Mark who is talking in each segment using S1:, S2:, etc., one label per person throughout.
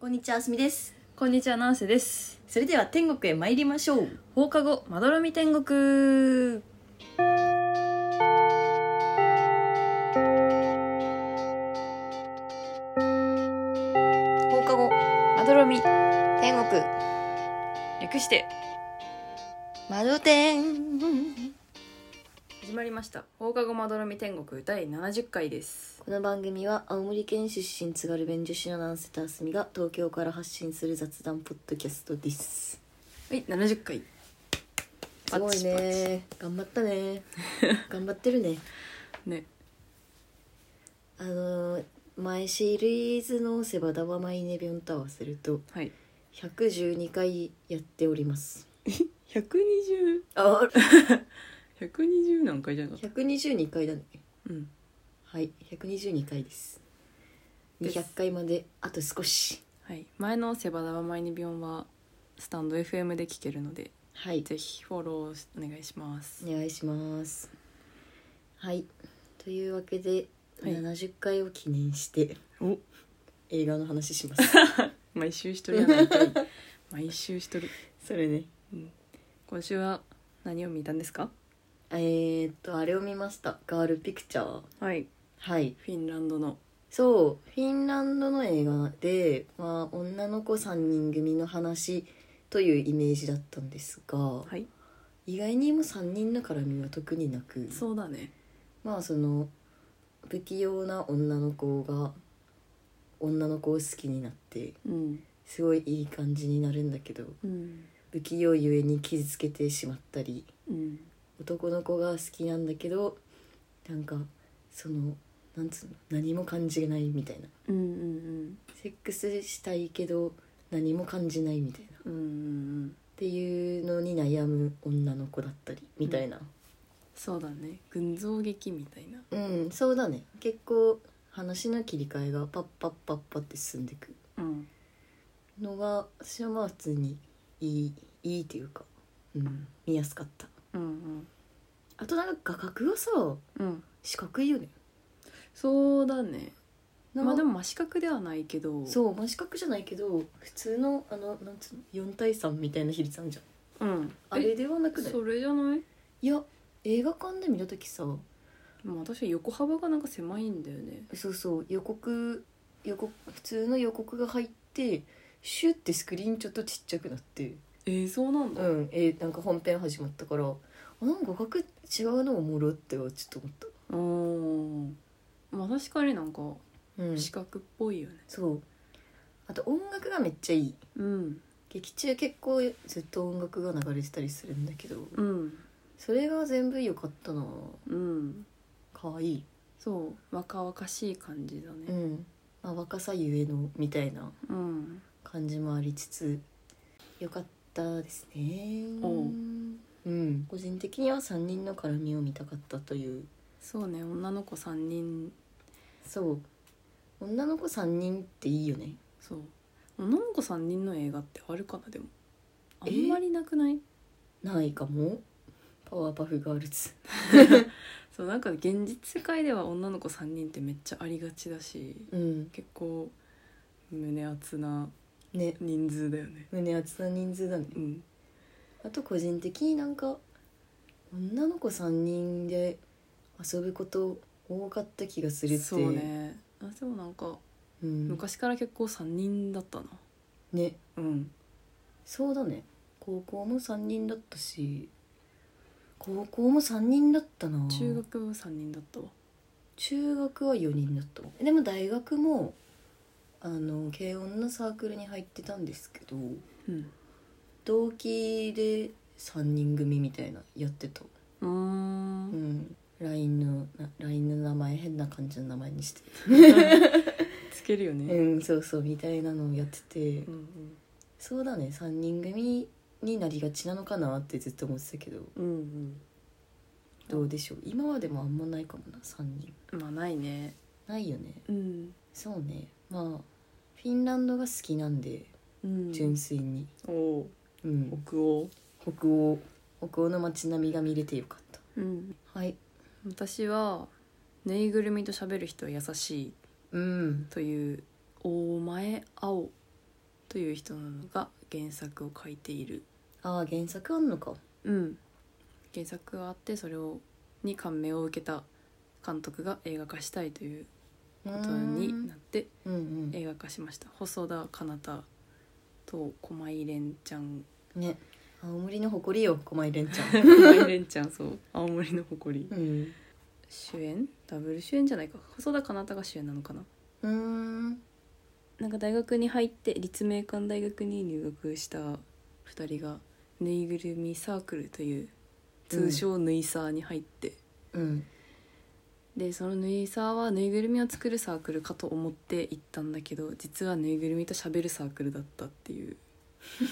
S1: こんにちは、あすみです。
S2: こんにちは、ナンセです。
S1: それでは天国へ参りましょう。
S2: 放課後、まどろみ天国。
S3: 放課後まどろみ天国
S2: 略して、
S3: まど天
S2: 始まりました。放課後まどろみ天国第70回です。
S3: この番組は青森県出身津軽弁女子の南瀬田あすみが東京から発信する雑談ポッドキャストです
S2: はい、70回。
S3: すごいね頑張った ね頑張ってるね
S2: ね。
S3: あのー前シリーズの「セバダバマイネビョンタワー」すると
S2: はい。
S3: 112回やっております
S2: 120、
S3: あ
S2: 120何回じゃなかっ
S3: 122回だね
S2: た。うん。
S3: はい122回です
S2: です
S3: 200回まであと少し
S2: はい。前のセバダバマイニビョンは、スタンド FM で聞けるので、
S3: はい
S2: ぜひフォローお願いします。
S3: お願いしますはいというわけで、
S2: はい
S3: 70回を記念して
S2: お
S3: 映画の話します
S2: 毎週しとるやない かい。毎週しとる。
S3: それね
S2: 今週は何を見たんですか
S3: えー、っとあれを見ましたガールピクチャー
S2: はい。
S3: はい
S2: フィンランドの。
S3: そうフィンランドの映画で、まあ、女の子3人組の話というイメージだったんですが、
S2: はい。
S3: 意外にも3人の絡みは特になく
S2: そうだね。
S3: まあその不器用な女の子が女の子を好きになって
S2: うん。
S3: すごいいい感じになるんだけど
S2: うん。
S3: 不器用ゆえに傷つけてしまったり
S2: うん。
S3: 男の子が好きなんだけどなんかそのなんつうの何も感じないみたいな
S2: うんうん
S3: セックスしたいけど何も感じないみたいなっ
S2: うんうんうん
S3: ていうのに悩む女の子だったりみたいな
S2: そうだね群像劇みたいな
S3: うん、そうだね結構話の切り替えがパッパッパッパって進んでく
S2: うん
S3: のが私はまあ普通にいいいいっていうか、うん、見やすかった
S2: うん
S3: あとなんか画角がさ
S2: うんうん
S3: 四角いよね
S2: そうだね
S3: なん
S2: まあ
S3: か
S2: でも真四角ではないけどう
S3: そう真四角じゃないけど普通のあのなんつうの4対3みたいな比率あんじゃん
S2: うん
S3: あれではなくない
S2: それじゃない
S3: いや映画館で見た時さ
S2: まあ私は横幅がなんか狭いんだよね
S3: そうそう予告予告普通の予告が入ってシュッてスクリーンちょっとちっちゃくなって
S2: えー、そうなん
S3: う
S2: だ、
S3: んえーなんか本編始まったからあなんか画角違うのおもろってはちょっと思った
S2: うん、まあ確かになんか
S3: うん
S2: 四角っぽいよね
S3: そうあと音楽がめっちゃいい
S2: うん
S3: 劇中結構ずっと音楽が流れてたりするんだけど
S2: うん
S3: それが全部良かったな
S2: うん
S3: 可愛い
S2: そう若々しい感じだ
S3: う
S2: ね
S3: ん、まあ、若さゆえのみたいな
S2: うん
S3: 感じもありつつ良かったですね
S2: お
S3: う
S2: う
S3: ん個人的には3人の絡みを見たかったという
S2: そうね女の子三人
S3: そう女の子3人っていいよね
S2: そう女の子3人の映画ってあるかなでもあ
S3: え
S2: んまりなくない
S3: ないかもパワーパフガールズ
S2: そうなんか現実世界では女の子3人ってめっちゃありがちだし
S3: うん
S2: 結構胸厚な
S3: ね
S2: 人数だよね
S3: 胸厚な人数だね
S2: うん
S3: あと個人的になんか女の子3人で遊ぶこと多かった気がするって
S2: そうねあでもなんか
S3: うん、
S2: 昔から結構3人だったな
S3: ね
S2: うん
S3: そうだね高校も3人だったし高校も3人だったな
S2: 中学は3人だったわ
S3: 中学は4人だったわでも大学もあの軽音のサークルに入ってたんですけど
S2: うん
S3: 同期で3人組みたいなやってた
S2: うーん
S3: うん LINE のな LINE の名前変な感じの名前にして
S2: つけるよね
S3: うんそうそうみたいなのをやってて
S2: うんうん
S3: そうだね3人組になりがちなのかなってずっと思ってたけど
S2: うん
S3: どうでしょう今はでもあんまないかもな3人
S2: うんまあないね
S3: ないよね
S2: うん
S3: そうねまあフィンランドが好きなんで
S2: うん
S3: 純粋に
S2: おお
S3: うん、
S2: 北欧
S3: 北欧北欧の街並みが見れてよかった
S2: うん
S3: はい
S2: 私は「ぬいぐるみと喋る人は優しい
S3: うん」
S2: という「お前青という人なのが原作を書いている
S3: ああ原作あんのか
S2: うん原作があってそれをに感銘を受けた監督が映画化したいという
S3: こ
S2: ことになって
S3: うんうん
S2: 映画化しました細田かなたと駒井蓮ちゃん
S3: ね青森の誇りよ駒井蓮ちゃん
S2: 駒井蓮ちゃんそう青森の誇り
S3: うん
S2: 主演ダブル主演じゃないか細田かなたが主演なのかな
S3: うーん
S2: なんか大学に入って立命館大学に入学した2人がぬいぐるみサークルという通称ぬいサーに入って、
S3: うん
S2: でそのぬいサーはぬいぐるみを作るサークルかと思って行ったんだけど実はぬいぐるみと喋るサークルだったっていう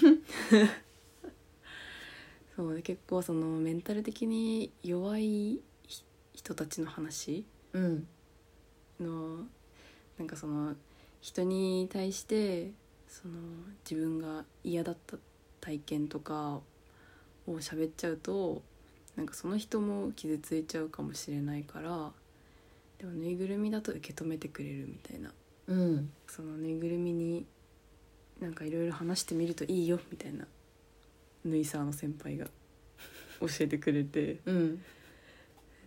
S2: そうで結構そのメンタル的に弱いひ人たちの話
S3: うん
S2: のなんかその人に対してその自分が嫌だった体験とかを喋っちゃうとなんかその人も傷ついちゃうかもしれないからでもぬいぐるみだと受け止めてくれるみたいな
S3: うん
S2: そのぬいぐるみになんかいろいろ話してみるといいよみたいなぬいさーの先輩が教えてくれて。
S3: うん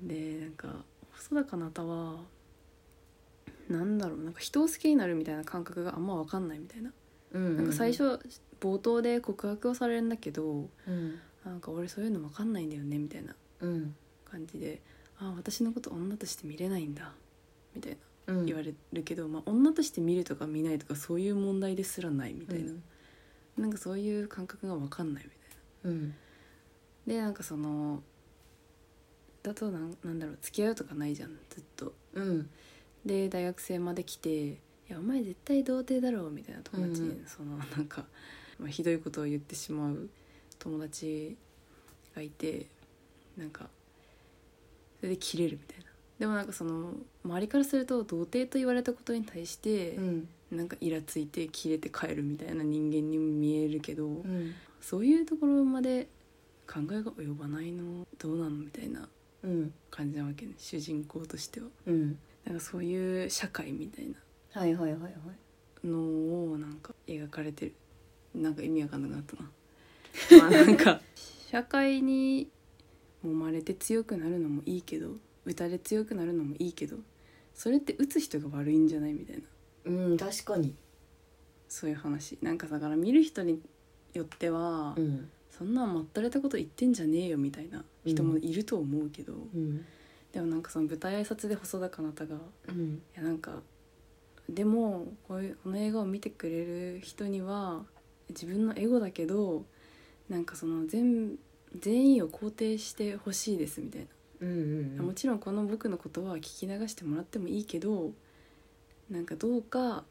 S2: でなんか細田かなたはなんだろうなんか人を好きになるみたいな感覚があんま分かんないみたいな,、
S3: うん
S2: なんか最初冒頭で告白をされるんだけど
S3: うん
S2: なんか俺そういうの分かんないんだよねみたいな
S3: うん
S2: 感じで「あ私のこと女として見れないんだ」みたいな
S3: うん
S2: 言われるけど、まあ、女として見るとか見ないとかそういう問題ですらないみたいな、なんかそういう感覚が分かんないみたいな。
S3: うん
S2: でなんかそのだとなんなんだろう付き合うとかないじゃんずっと。
S3: うん
S2: で大学生まで来て「いやお前絶対童貞だろ」みたいな友達に、
S3: うん
S2: そのなんか、まあ、ひどいことを言ってしまう友達がいてなんかそれで切れるみたいなでもなんかその周りからすると童貞と言われたことに対して、
S3: うん
S2: なんかイラついて切れて帰るみたいな人間にも見えるけど、
S3: うん
S2: そういうところまで考えが及ばないのどうなのみたいな
S3: うん
S2: 感じなわけね主人公としては。
S3: うん
S2: なんかそういう社会みたいな
S3: はいはいはいはい
S2: のをなんか描かれてるなんか意味わかんなくなったな まあなんか社会に揉まれて強くなるのもいいけど打たれ強くなるのもいいけどそれって打つ人が悪いんじゃないみたいな
S3: うん確かに
S2: そういう話なんかだから見る人によっては、
S3: うん
S2: そんなまったれたこと言ってんじゃねえよみたいな人もいると思うけど、
S3: うん
S2: でもなんかその舞台挨拶で細田かなたが「
S3: うん
S2: いやなんかでもこういうこの映画を見てくれる人には自分のエゴだけどなんかその全全員を肯定してほしいですみたい
S3: うんうん
S2: な、もちろんこの僕の言葉は聞き流してもらってもいいけどなんかどうか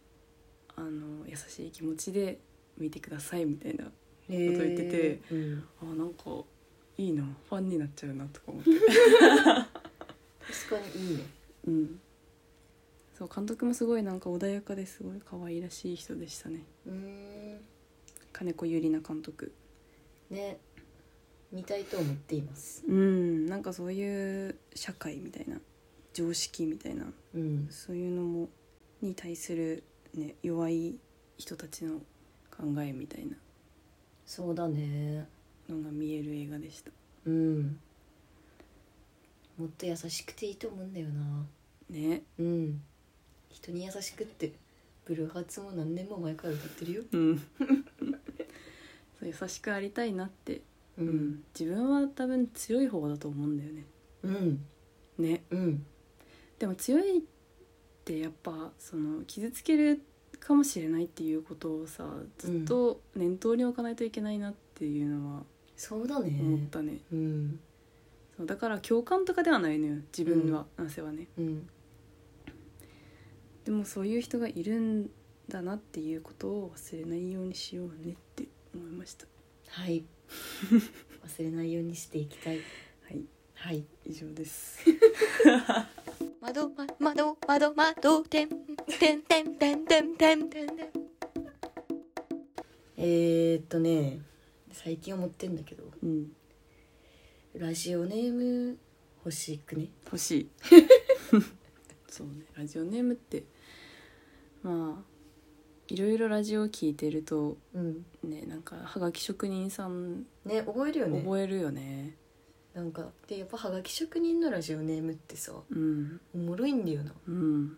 S2: あの優しい気持ちで見てくださいみたいな
S3: と
S2: こと言ってて
S3: うん、
S2: あなんかいいなファンになっちゃうなとか思って、
S3: 確かにいいね
S2: うん、そう監督もすごいなんか穏やかですごい可愛らしい人でしたね
S3: うーん
S2: 金子ゆりな監督
S3: ね見たいと思っています
S2: うんなんかそういう社会みたいな常識みたいな
S3: うん
S2: そういうのもに対する、ね、弱い人たちの考えみたいな
S3: そうだね
S2: のが見える映画でした
S3: うんもっと優しくていいと思うんだよな
S2: ね
S3: うん人に優しくってブルーハーツも何年も前から歌ってるよ
S2: うん そう優しくありたいなって、
S3: う
S2: うん自分は多分強い方だと思うんだよね
S3: うん
S2: ね
S3: うん
S2: でも強いってやっぱその傷つけるかもしれないっていうことをさずっと念頭に置かないといけないなっていうのは
S3: そうだ
S2: 思っ
S3: ね
S2: たね、
S3: うん
S2: そうだから共感とかではないのよ自分は、男性はね
S3: うん
S2: でもそういう人がいるんだなっていうことを忘れないようにしようねって思いました
S3: はい 忘れないようにしていきたい
S2: はい
S3: はい
S2: 以上です
S4: 窓ま窓窓窓てんてんてんてんてんてんてんてん
S3: えー、っとね最近思ってんだけど
S2: うん
S3: ラジオネーム欲しくね
S2: 欲し いそうねラジオネームってまあいろいろラジオ聞いてると
S3: うん
S2: ねなんかはがき職人さん
S3: ね覚えるよね
S2: 覚えるよね
S3: なんかでやっぱはがき職人のラジオネームってさ
S2: うん
S3: おもろいんだよなっ
S2: うん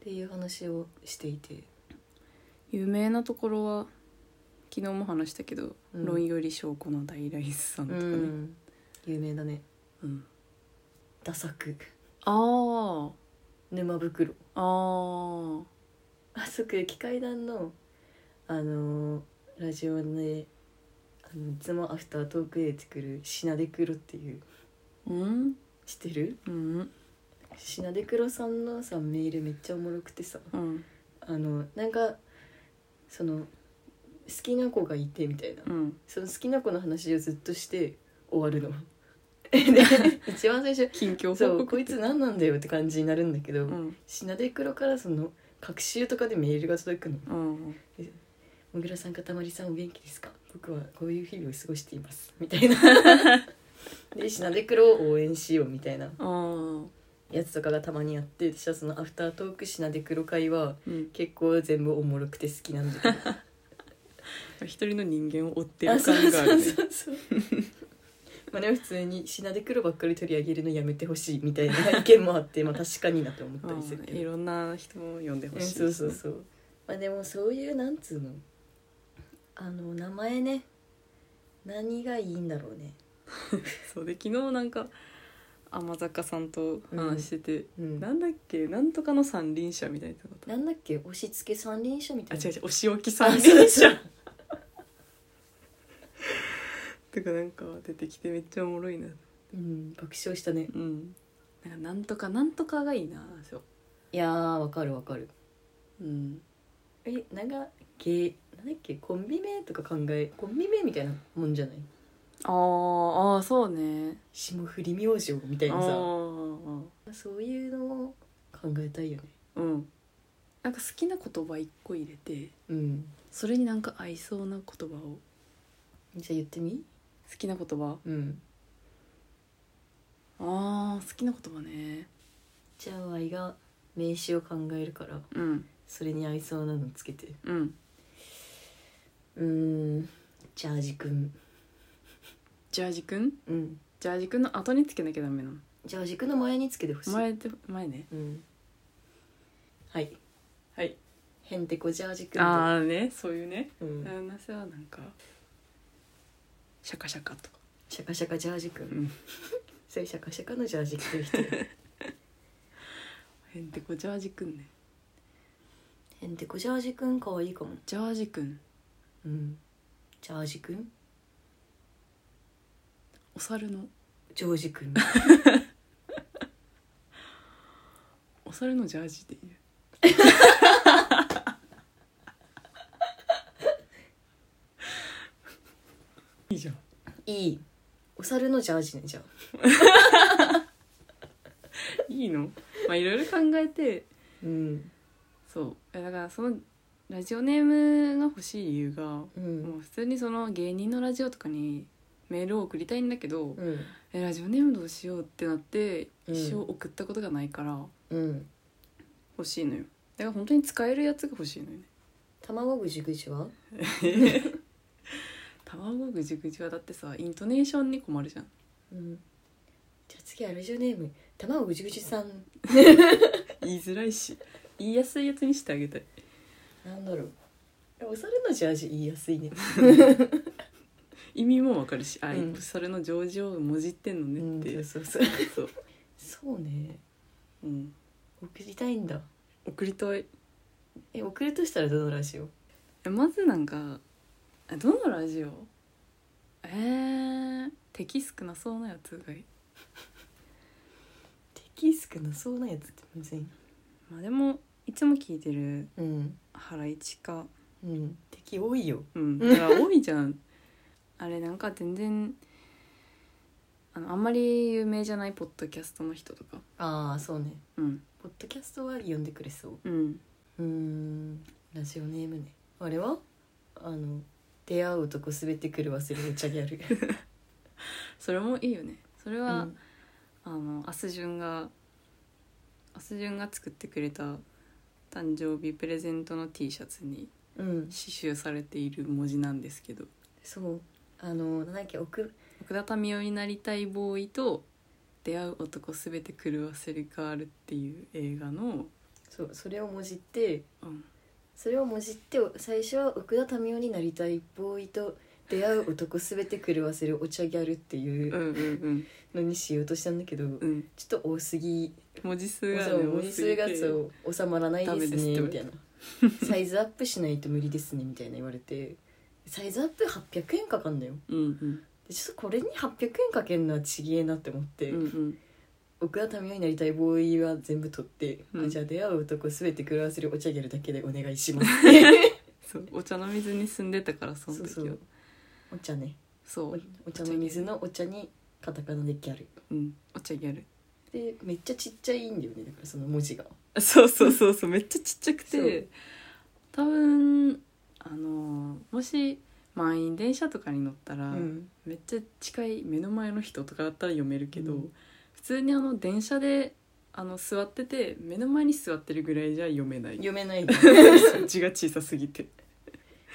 S3: ていう話をしていて
S2: 有名なところは昨日も話したけど、
S3: うん
S2: 論より証拠の大来さんと
S3: う
S2: かね、うん
S3: ん有名だねダサく
S2: あ
S3: 沼袋
S2: ああー
S3: あそこ駅階段のあのーラジオであのいつもアフタートークで出てくる「シナデクロ」っていう
S2: うん
S3: 知ってる
S2: うん
S3: シナデクロさんのさメールめっちゃおもろくてさ
S2: うん
S3: あのなんかその好きな子がいてみたいな
S2: うん
S3: その好きな子の話をずっとして終わ るので一番最初
S2: 近況
S3: そ
S2: 報
S3: う
S2: 告
S3: こいつ何なんだよって感じになるんだけど、
S2: うん
S3: シナデクロからその隔週とかでメールが届くの
S2: うん
S3: 「もぐらさんかたまりさんお元気ですか僕はこういう日々を過ごしています」みた いなでシナデクロを応援しようみたいな
S2: あー
S3: やつとかがたまにあって私はそのアフタートークシナデクロ会は
S2: うん
S3: 結構全部おもろくて好きなんだけど
S2: 一人の人間を追って
S3: あ
S2: る感があるね
S3: そうそうそう そうまあでも普通に「品で黒ばっかり取り上げるのやめてほしい」みたいな意見もあって、まあ、確かになと思ったりする
S2: う
S3: け
S2: んい
S3: ど
S2: ろんな人も呼んで
S3: う
S2: ほ
S3: ん
S2: しいし
S3: そうそうそうまあでもそういうなんつうのあの名前ね何がいいんだろうね、
S2: そうで昨日なんか天坂さんと話してて、
S3: うん、
S2: なんだっけなんとかの三輪車みたいなこと
S3: なんだっけ押し付け三輪車み
S2: あ
S3: たい
S2: 違
S3: な
S2: う違うお仕置き
S3: あ
S2: 三輪
S3: そう
S2: 車とかなんか出てきてめっちゃおもろいな
S3: うん爆笑したね
S2: うんなんかなんとかなんとかがいいなそう
S3: いやーわかるわかる
S2: うん
S3: えなんかけなんだっけコンビ名とか考えコンビ名みたいなもんじゃない
S2: あーあーそうね
S3: 霜降り明星みたい
S2: あ
S3: なさ
S2: ー
S3: そういうのを考えたいよね
S2: うんなんか好きな言葉一個入れて
S3: うん
S2: それになんか合いそうな言葉を
S3: じゃあ言ってみ
S2: 好きな言葉
S3: うん
S2: あー好きな言葉ね
S3: じゃあ愛が名詞を考えるから
S2: うん
S3: それに合いそうなのつけて
S2: うん
S3: うーんジャージくん
S2: ジャージくん
S3: うん
S2: ジャージくんの後につけなきゃダメなの
S3: ジャージくんの前につけてほしい
S2: 前って前ね
S3: うんはい
S2: はい
S3: へんてこジャージくんと
S2: ああねそういうね
S3: うん
S2: サ、ウナセはなんかシャカシャカとか
S3: シャカシャカジャージくん、
S2: うん
S3: それシャカシャカのジャージ着てる人
S2: へんてこジャージくんね
S3: へんてこジャージくんかわいいかも
S2: ジャージくん
S3: うんジャージくん
S2: お猿の
S3: ジョージくん
S2: お猿のジャージでいいいいじゃん
S3: いいお猿のジャージねじゃあ
S2: いいのまあいろいろ考えて
S3: うん
S2: そうえだからそのラジオネームが欲しい理由が、
S3: うん
S2: もう普通にその芸人のラジオとかにメールを送りたいんだけど、
S3: うん
S2: えラジオネームどうしようってなって
S3: うん
S2: 一生送ったことがないから
S3: うん
S2: 欲しいのよだから本当に使えるやつが欲しいのよね
S3: 卵ぐじぐじは
S2: 卵ぐじぐじはだってさイントネーションに困るじゃん
S3: うんじゃあ次はラジオネーム卵ぐじぐじさん
S2: 言いづらいし言いやすいやつにしてあげたい
S3: なんだろうお猿のジャージ言いやすいね
S2: 意味もわかるしあ、
S3: うん
S2: それの上場をもじってんのねって、
S3: そうそうそう
S2: そう、
S3: そうね
S2: うん、
S3: 送りたいんだ
S2: 送りたい
S3: え送るとしたらどのラジオ
S2: えまずなんかあどのラジオえー、敵少なそうなやつがいい
S3: 敵少なそうなやつってむずい
S2: まあでもいつも聞いてる
S3: うん
S2: ハライチか
S3: うん敵多いよ
S2: うん、だから多いじゃんあれなんか全然あのあんまり有名じゃないポッドキャストの人とか
S3: ああそうね
S2: うん
S3: ポッドキャストは読んでくれそう
S2: うん
S3: うーんラジオネームねあれはあの出会うとこ滑ってくる忘れるお茶ギャル
S2: それもいいよねそ れ
S3: う
S2: は、
S3: ん
S2: あのアスジュンがアスジュンが作ってくれた誕生日プレゼントの T シャツに
S3: うん
S2: 刺繍されている文字なんですけど
S3: そうあのなんだっけ奥
S2: 奥田民生になりたいボーイと出会う男すべて狂わせるガールっていう映画の、
S3: そうそれをもじって
S2: うん、
S3: それをもじって最初は奥田民生になりたいボーイと出会う男すべて狂わせるお茶ギャルっていううん
S2: うん
S3: のにしようとしたんだけど、
S2: うんうん
S3: ちょっと多すぎ
S2: 文字数がね
S3: そう文字
S2: 多す
S3: 数
S2: ぎて
S3: がそう収まらないですね
S2: ダメ
S3: み
S2: で
S3: た
S2: す
S3: い なサイズアップしないと無理ですねみたいな言われてサイズアップ800円かかんだよ
S2: うんうん
S3: でちょっとこれに800円かけんのはちぎえなって思って、
S2: うんうん
S3: 奥田民生になりたいボーイは全部取って、
S2: うん
S3: あじゃあ出会う男すべて狂わせるお茶ギャルだけでお願いします
S2: そうお茶の水に住んでたからその時は
S3: そうそうお茶ね
S2: そう
S3: おお茶の水のお茶にカタカナでギャル
S2: うん、お茶ギャル
S3: でめっちゃちっちゃいんだよねだからその文字が
S2: そうそうそうそうめっちゃちっちゃく
S3: そう
S2: て多分あのもし満員電車とかに乗ったら、
S3: うん
S2: めっちゃ近い目の前の人とかだったら読めるけど、
S3: うん
S2: 普通にあの電車であの座ってて目の前に座ってるぐらいじゃ読めない
S3: 読めないっ
S2: 字が小さすぎて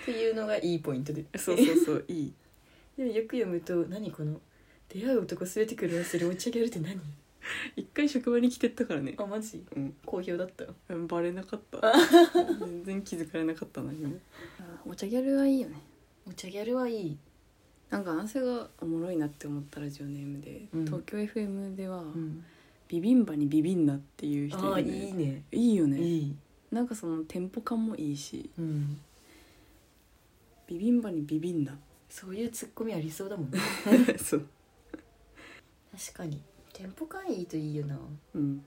S3: ていうのがいいポイントで
S2: そうそうそういい
S3: でもよく読むと「何この出会う男すべて狂わせるお茶ギャルって何?
S2: 一回職場に来てったからね」
S3: あマジ
S2: うん
S3: 好評だった
S2: うんバレなかった 全然気づかれなかった何もお茶ギャルはいいよね
S3: お茶ギャルはいい
S2: なんか男性がおもろいなって思ったラジオネームで、
S3: うん
S2: 東京 FM では、
S3: ん
S2: ビビンバにビビンナっていう人
S3: あ
S2: る
S3: い
S2: ね
S3: いね
S2: いいよね
S3: いい
S2: なんかそのテンポ感もいいし
S3: うん
S2: ビビンバにビビンナ
S3: そういうツッコミありそうだもんね
S2: そう
S3: 確かにテンポ感いいといいよな
S2: うん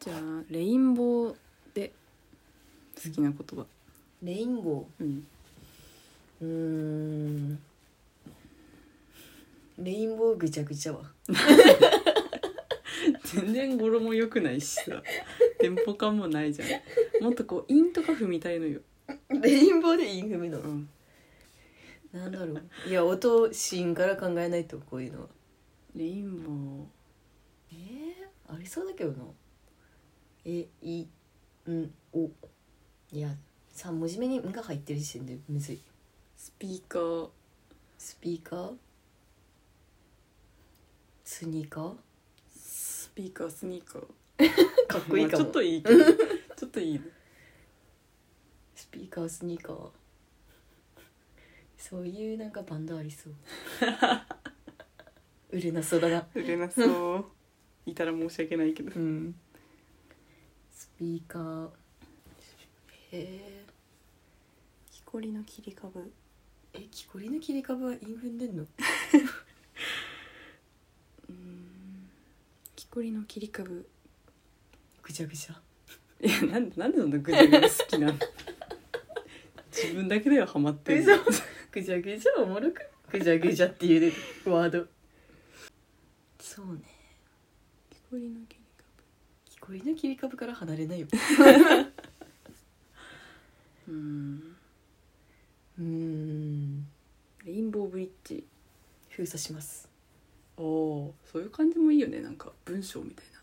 S2: じゃあレインボーで好きな言葉
S3: レインボ
S2: うん
S3: ーうーんレインボーぐちゃぐちゃは
S2: 全然語呂も良くないし さテンポ感もないじゃんもっとこうインとか踏みたいのよ
S3: レインボーでインフミな
S2: う
S3: の
S2: ん
S3: なんだろういや音シーンから考えないとこういうのは
S2: レインボー
S3: えー、ありそうだけどなえいんおいや3文字目に「ん」が入ってる時点でむずい
S2: スピーカー
S3: スピーカースニーカー
S2: スピーカースニーカー
S3: かっこいいか
S2: ま
S3: も、
S2: あちょっといいけどちょっといいね
S3: スピーカースニーカーそういうなんかバンドあり そう売れなそうだな
S2: 売れなそういたら申し訳ないけど
S3: うんスピーカーへー
S2: 木こりの切り株
S3: え木こりの切り株はインフンでんの
S2: 木こりの切り株
S3: ぐちゃぐちゃ
S2: いやなんでなんでそんなグダグダ好きな の自分だけではハマってる
S3: ぐちゃぐちゃおもろくぐちゃぐちゃっていうワードそうね
S2: 木こりの切り
S3: 木こりの切り株から離れないよ
S2: 株うん
S3: うーん
S2: レインボーブリッジ
S3: 封鎖します
S2: おおそういう感じもいいよねなんか文章みたいな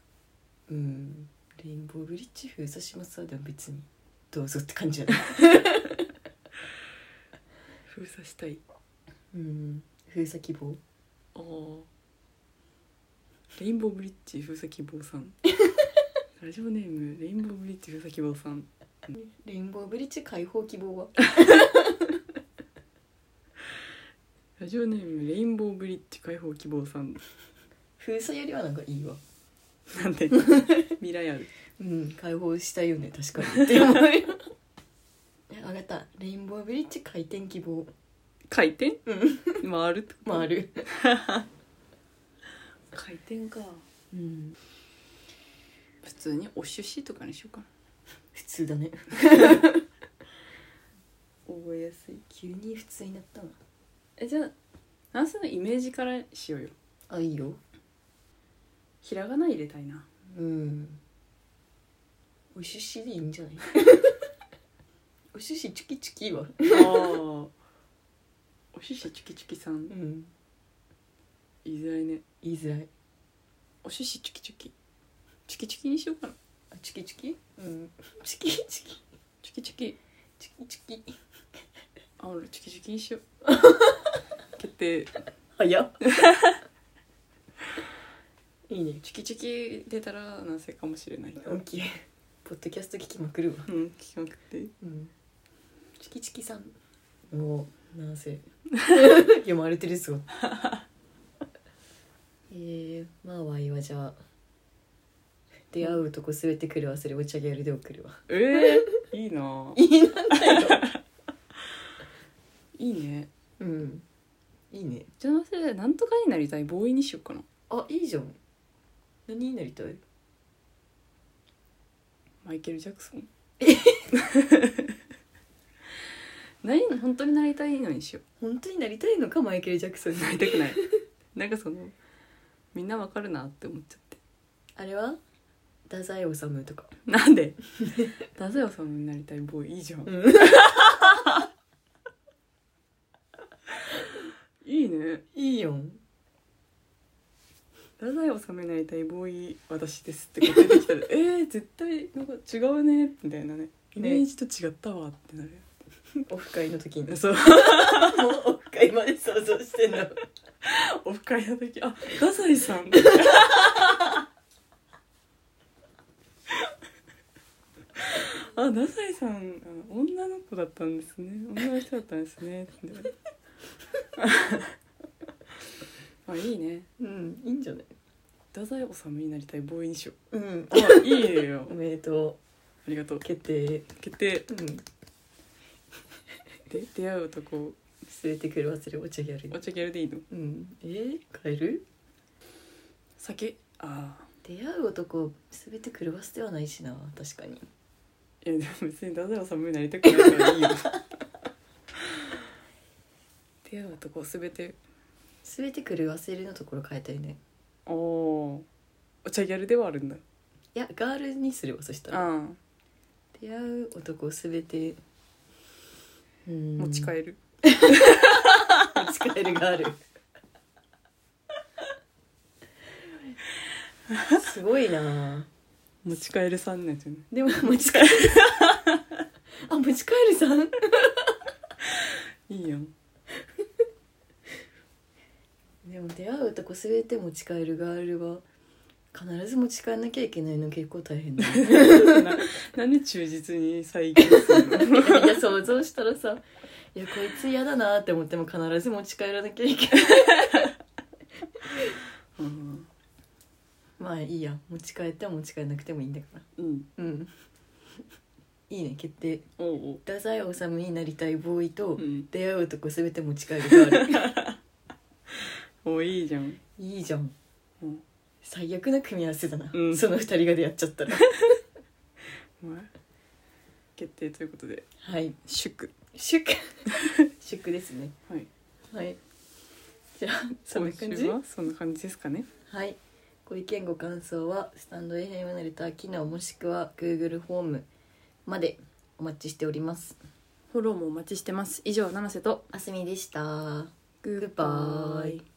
S3: うんレインボーブリッジ封鎖しますはでも別にどうぞって感じじゃない
S2: 封鎖したい
S3: うん封鎖希望
S2: あーレインボーブリッジ封鎖希望さ んラジオネームレインボーブリッジ封鎖希望さん
S3: レインボーブリッジ解放希望は
S2: ラジオネームレインボーブリッジ開放希望さん
S3: 封鎖よりはなんかいいわ
S2: なん で未来ある
S3: うん解放したいよね確かにって思うよえわかったレインボーブリッジ回転希望
S2: 回転、回るってこと
S3: 回る
S2: 回転か
S3: うん
S2: 普通にお趣旨とかにしようかな
S3: 普通だね
S2: 覚えやすい
S3: 急に普通になったな
S2: えじゃあ男性のイメージからしようよ
S3: あいいよ
S2: ひらがな入れたいな
S3: うんお寿司でいいんじ ゃないお寿司チュキチュキは
S2: あーお趣旨チュキチュキさん
S3: ん
S2: 言いづらいね
S3: 言いづらい
S2: お趣旨チュキチュキチュキチュキにしようかな
S3: あチキチキうんチキチキ
S2: チキチキ
S3: チキチキ
S2: あ俺チキチキにしよう決定
S3: 早っ いいね
S2: チキチキ出たら男性かもしれない
S3: オッケーポッドキャスト聞きまくるわ
S2: うん聞きまくって
S3: うんチキチキさんおなん せ読まれてるぞ えー、まあわいはじゃあ出会うとこ連れてくるわそれお茶ギャルで送るわ
S2: えー、いいなぁ
S3: いいなんだよ
S2: いいね
S3: うんいいね
S2: じゃあ男性なんとかになりたいボーイにしようかな
S3: あいいじゃん何になりたい
S2: マイケル・ジャク ソン何本当になりたいのにしよ
S3: 本当になりたいのかマイケル・ジャクソンに
S2: うなりたくない なんかそのみんなわかるなって思っちゃって
S3: あれは太宰治とか
S2: なんで ダザヤさんになりたいボーイいいじゃん、
S3: うん
S2: いいね
S3: いいよん
S2: 太宰治になりたいボーイ私ですってこう出てきたらえー、絶対なんか違うねみたいなねイメージと違ったわってなる、
S3: オフ会の時にもう
S2: そう
S3: オフ会まで想像してんの
S2: オフ会の時あ太宰さんあ太宰さんあ女の子だったんですね女の人だったんですねってあいいね
S3: うんいいんじゃない
S2: 太宰治になりたいボーイにしよ
S3: うん
S2: うあいいよ
S3: おめでと
S2: ありがとう
S3: う決定
S2: 決定
S3: うん連
S2: で出会う男
S3: れてくる忘れお茶ギャル
S2: お茶ギャルでいいの
S3: うんえー、帰る
S2: 酒あ
S3: 出会う男全て狂わせてはないしな確かに
S2: あいやでも別に太宰治になりたくないからいいよ出会う男すべて
S3: 全て狂わせるのところ変えたいね
S2: おおお茶ギャルではあるんだ
S3: いやガールにするわそしたら
S2: あ
S3: 出会う男全てうん
S2: 持ち帰る、
S3: 持ち帰るガールすごいなあ
S2: 持ち帰るさんになっちゃうね
S3: でも持ち帰る あ持ち帰るさん
S2: いいや ん
S3: でも出会うとこ全て持ち帰るガールは必ず持ち帰らなきゃいけないの結構大 変だね
S2: ななんで忠実に再現するの
S3: いや想像したらさいやこいつ嫌だなって思っても必ず持ち帰らなきゃいけない
S2: うん
S3: まあいいや持ち帰っては持ち帰らなくてもいいんだから
S2: うん
S3: うんいいね決定
S2: おうおう
S3: 太宰治になりたいボーイと、
S2: うん
S3: 出会うとこ全て持ち帰るガール
S2: おいいじゃん
S3: いいじゃん、
S2: うん
S3: 最悪な組み合わせだな、
S2: うん
S3: その二人が出会っちゃったら
S2: お前決定ということで
S3: はい
S2: 祝
S3: 祝 祝ですね
S2: はい
S3: はいじゃあそんな感
S2: 今
S3: じ
S2: 週はそんな感じですかね
S3: はいご意見ご感想はスタンド FM のレター機能もしくは Google フォームまでお待ちしております
S2: フォローもお待ちしてます以上七瀬と
S3: あすみでした
S2: グ
S3: グッバイ